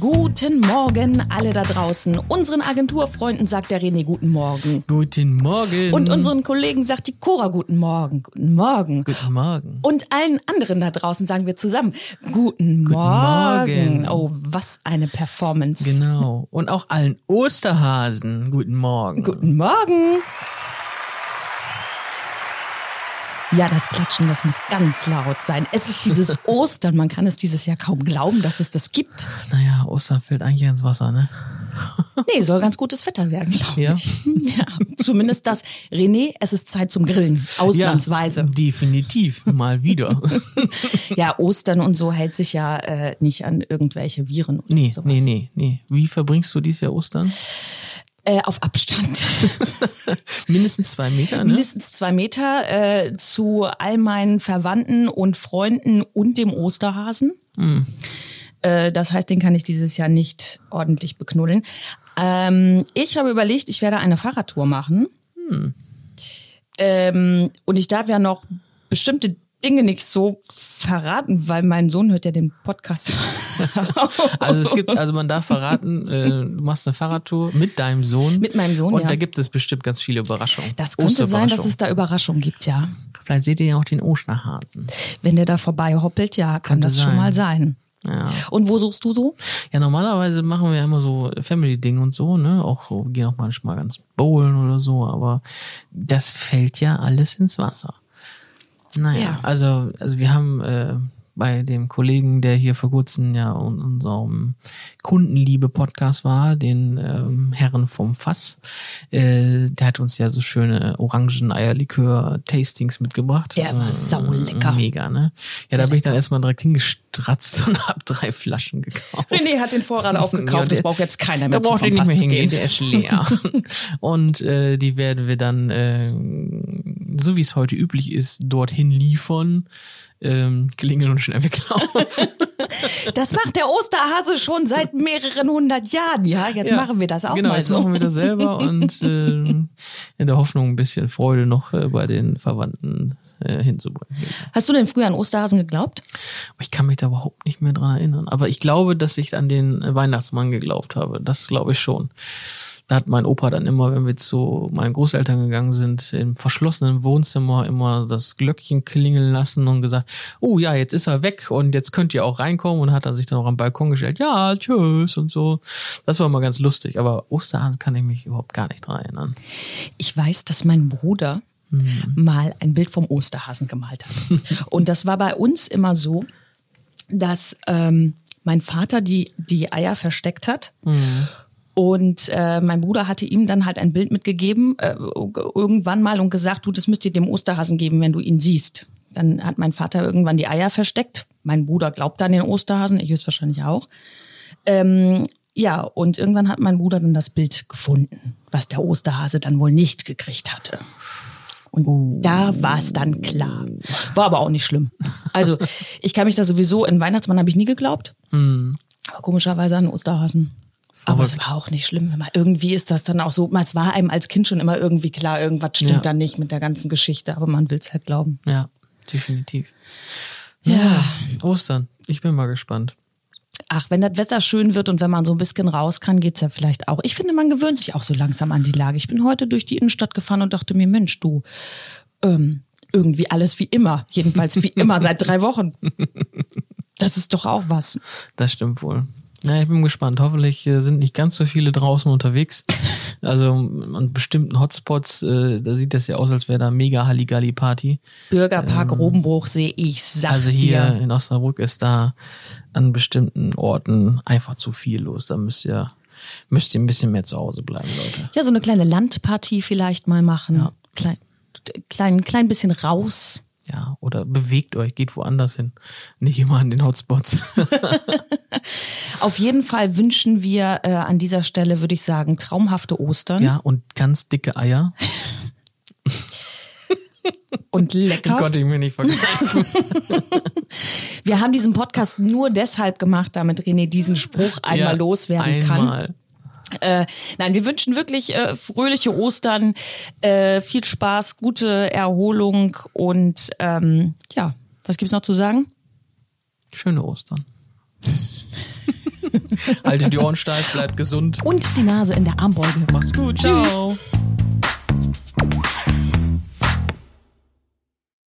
Guten Morgen, alle da draußen. Unseren Agenturfreunden sagt der René guten Morgen. Guten Morgen. Und unseren Kollegen sagt die Cora guten Morgen. Guten Morgen. Guten Morgen. Und allen anderen da draußen sagen wir zusammen guten, Morgen. Morgen. Oh, was eine Performance. Genau. Und auch allen Osterhasen. Guten Morgen. Guten Morgen. Ja, das Klatschen, das muss ganz laut sein. Es ist dieses Ostern. Man kann es dieses Jahr kaum glauben, dass es das gibt. Naja, Ostern fällt eigentlich ins Wasser, ne? Nee, soll ganz gutes Wetter werden, glaube Ja. ich. Ja, zumindest das. René, es ist Zeit zum Grillen. Ja, Ausnahmsweise. definitiv. Mal wieder. Ja, Ostern und so hält sich ja äh, nicht an irgendwelche Viren oder Nee, sowas. nee, nee, nee. Wie verbringst du dieses Jahr Ostern? Äh, auf Abstand. Mindestens zwei Meter, ne? Mindestens zwei Meter äh, zu all meinen Verwandten und Freunden und dem Osterhasen. Mhm. Äh, das heißt, den kann ich dieses Jahr nicht ordentlich beknuddeln. Ähm, ich habe überlegt, ich werde eine Fahrradtour machen. Mhm. Ähm, und ich darf ja noch bestimmte Dinge nicht so verraten, weil mein Sohn hört ja den Podcast. Also es gibt, also man darf verraten, äh, du machst eine Fahrradtour mit deinem Sohn. Mit meinem Sohn, Und ja. da gibt es bestimmt ganz viele Überraschungen. das könnte sein, dass es Osterüberraschungen. da Überraschungen gibt, ja. Vielleicht seht ihr ja auch den Osterhasen. Wenn der da vorbei hoppelt, ja, kann Könnte das schon sein. mal sein. Ja. Und wo suchst du so? Ja, normalerweise machen wir ja immer so Family-Dinge und so, ne? Auch so, gehen auch manchmal ganz bowlen oder so, aber das fällt ja alles ins Wasser. Naja, Ja. also, also wir haben äh, bei dem Kollegen, der hier vor kurzem ja in unserem Kundenliebe-Podcast war, den ähm, Herren vom Fass, äh, der hat uns ja so schöne Orangen-Eierlikör-Tastings mitgebracht. Der war Äh, saulecker. Mega, ne? Ja, da bin ich dann erstmal direkt hingestratzt und hab drei Flaschen gekauft. René hat den Vorrat Ja, aufgekauft, der- das braucht jetzt keiner mehr Da braucht zu ihr nicht mehr verfassen zu hingehen, gehen. der ist leer. und äh, die werden wir dann, äh, so wie es heute üblich ist, dorthin liefern, ähm, klingeln und schnell weglaufen. Das macht der Osterhase schon seit mehreren hundert Jahren, ja? Jetzt Ja. machen wir das auch genau, mal jetzt so. machen wir das selber und äh, in der Hoffnung, ein bisschen Freude noch äh, bei den Verwandten äh, hinzubringen. Hast du denn früher an Osterhasen geglaubt? Ich kann mich da überhaupt nicht mehr dran erinnern. Aber ich glaube, dass ich an den Weihnachtsmann geglaubt habe. Das glaube ich schon. Da hat mein Opa dann immer, wenn wir zu meinen Großeltern gegangen sind, im verschlossenen Wohnzimmer immer das Glöckchen klingeln lassen und gesagt, oh ja, jetzt ist er weg und jetzt könnt ihr auch reinkommen und hat dann sich dann auch am Balkon gestellt, ja, tschüss und so. Das war immer ganz lustig, aber Osterhasen kann ich mich überhaupt gar nicht dran erinnern. Ich weiß, dass mein Bruder mal ein Bild vom Osterhasen gemalt hat. Und das war bei uns immer so, dass ähm, mein Vater die, die Eier versteckt hat. Und äh, mein Bruder hatte ihm dann halt ein Bild mitgegeben, äh, irgendwann mal und gesagt, du, das müsst ihr dem Osterhasen geben, wenn du ihn siehst. Dann hat mein Vater irgendwann die Eier versteckt. Mein Bruder glaubt an den Osterhasen, ich höchstwahrscheinlich auch. Ähm, ja, und irgendwann hat mein Bruder dann das Bild gefunden, was der Osterhase dann wohl nicht gekriegt hatte. Und da war es dann klar. War aber auch nicht schlimm. Also, ich kann mich da sowieso, in Weihnachtsmann habe ich nie geglaubt. Aber komischerweise an Osterhasen. Aber es war auch nicht schlimm. wenn man- Irgendwie ist das dann auch so, es war einem als Kind schon immer irgendwie klar, irgendwas stimmt Ja. da nicht mit der ganzen Geschichte, aber man will es halt glauben. Ja, definitiv. Ah, Ja. Ostern, ich bin mal gespannt. Ach, wenn das Wetter schön wird und wenn man so ein bisschen raus kann, geht's ja vielleicht auch. Ich finde, man gewöhnt sich auch so langsam an die Lage. Ich bin heute durch die Innenstadt gefahren und dachte mir, Mensch, du, ähm, irgendwie alles wie immer. Jedenfalls wie immer seit drei Wochen. Das ist doch auch was. Das stimmt wohl. Na, ich bin gespannt. Hoffentlich äh, sind nicht ganz so viele draußen unterwegs. Also m- an bestimmten Hotspots, äh, da sieht das ja aus, als wäre da mega Halligalli-Party. Bürgerpark Rodenbruch sehe ich, sag Ähm, Also dir. hier in Osnabrück ist da an bestimmten Orten einfach zu viel los. Da müsst ihr, müsst ihr ein bisschen mehr zu Hause bleiben, Leute. Ja, so eine kleine Landpartie vielleicht mal machen. Klein, klein, klein bisschen raus. Ja, oder bewegt euch, geht woanders hin. Nicht immer an den Hotspots. Auf jeden Fall wünschen wir äh, an dieser Stelle, würde ich sagen, traumhafte Ostern ja, und ganz dicke Eier. und Die lecker. konnte ich mir nicht vergleichen. Wir haben diesen Podcast nur deshalb gemacht, damit René diesen Spruch einmal Ja, loswerden einmal. kann. Äh, nein, wir wünschen wirklich äh, fröhliche Ostern, äh, viel Spaß, gute Erholung und ähm, ja, was gibt's noch zu sagen? Schöne Ostern. Haltet die Ohren steif, bleibt gesund. Und die Nase in der Armbeuge. Macht's gut. Tschüss. Ciao.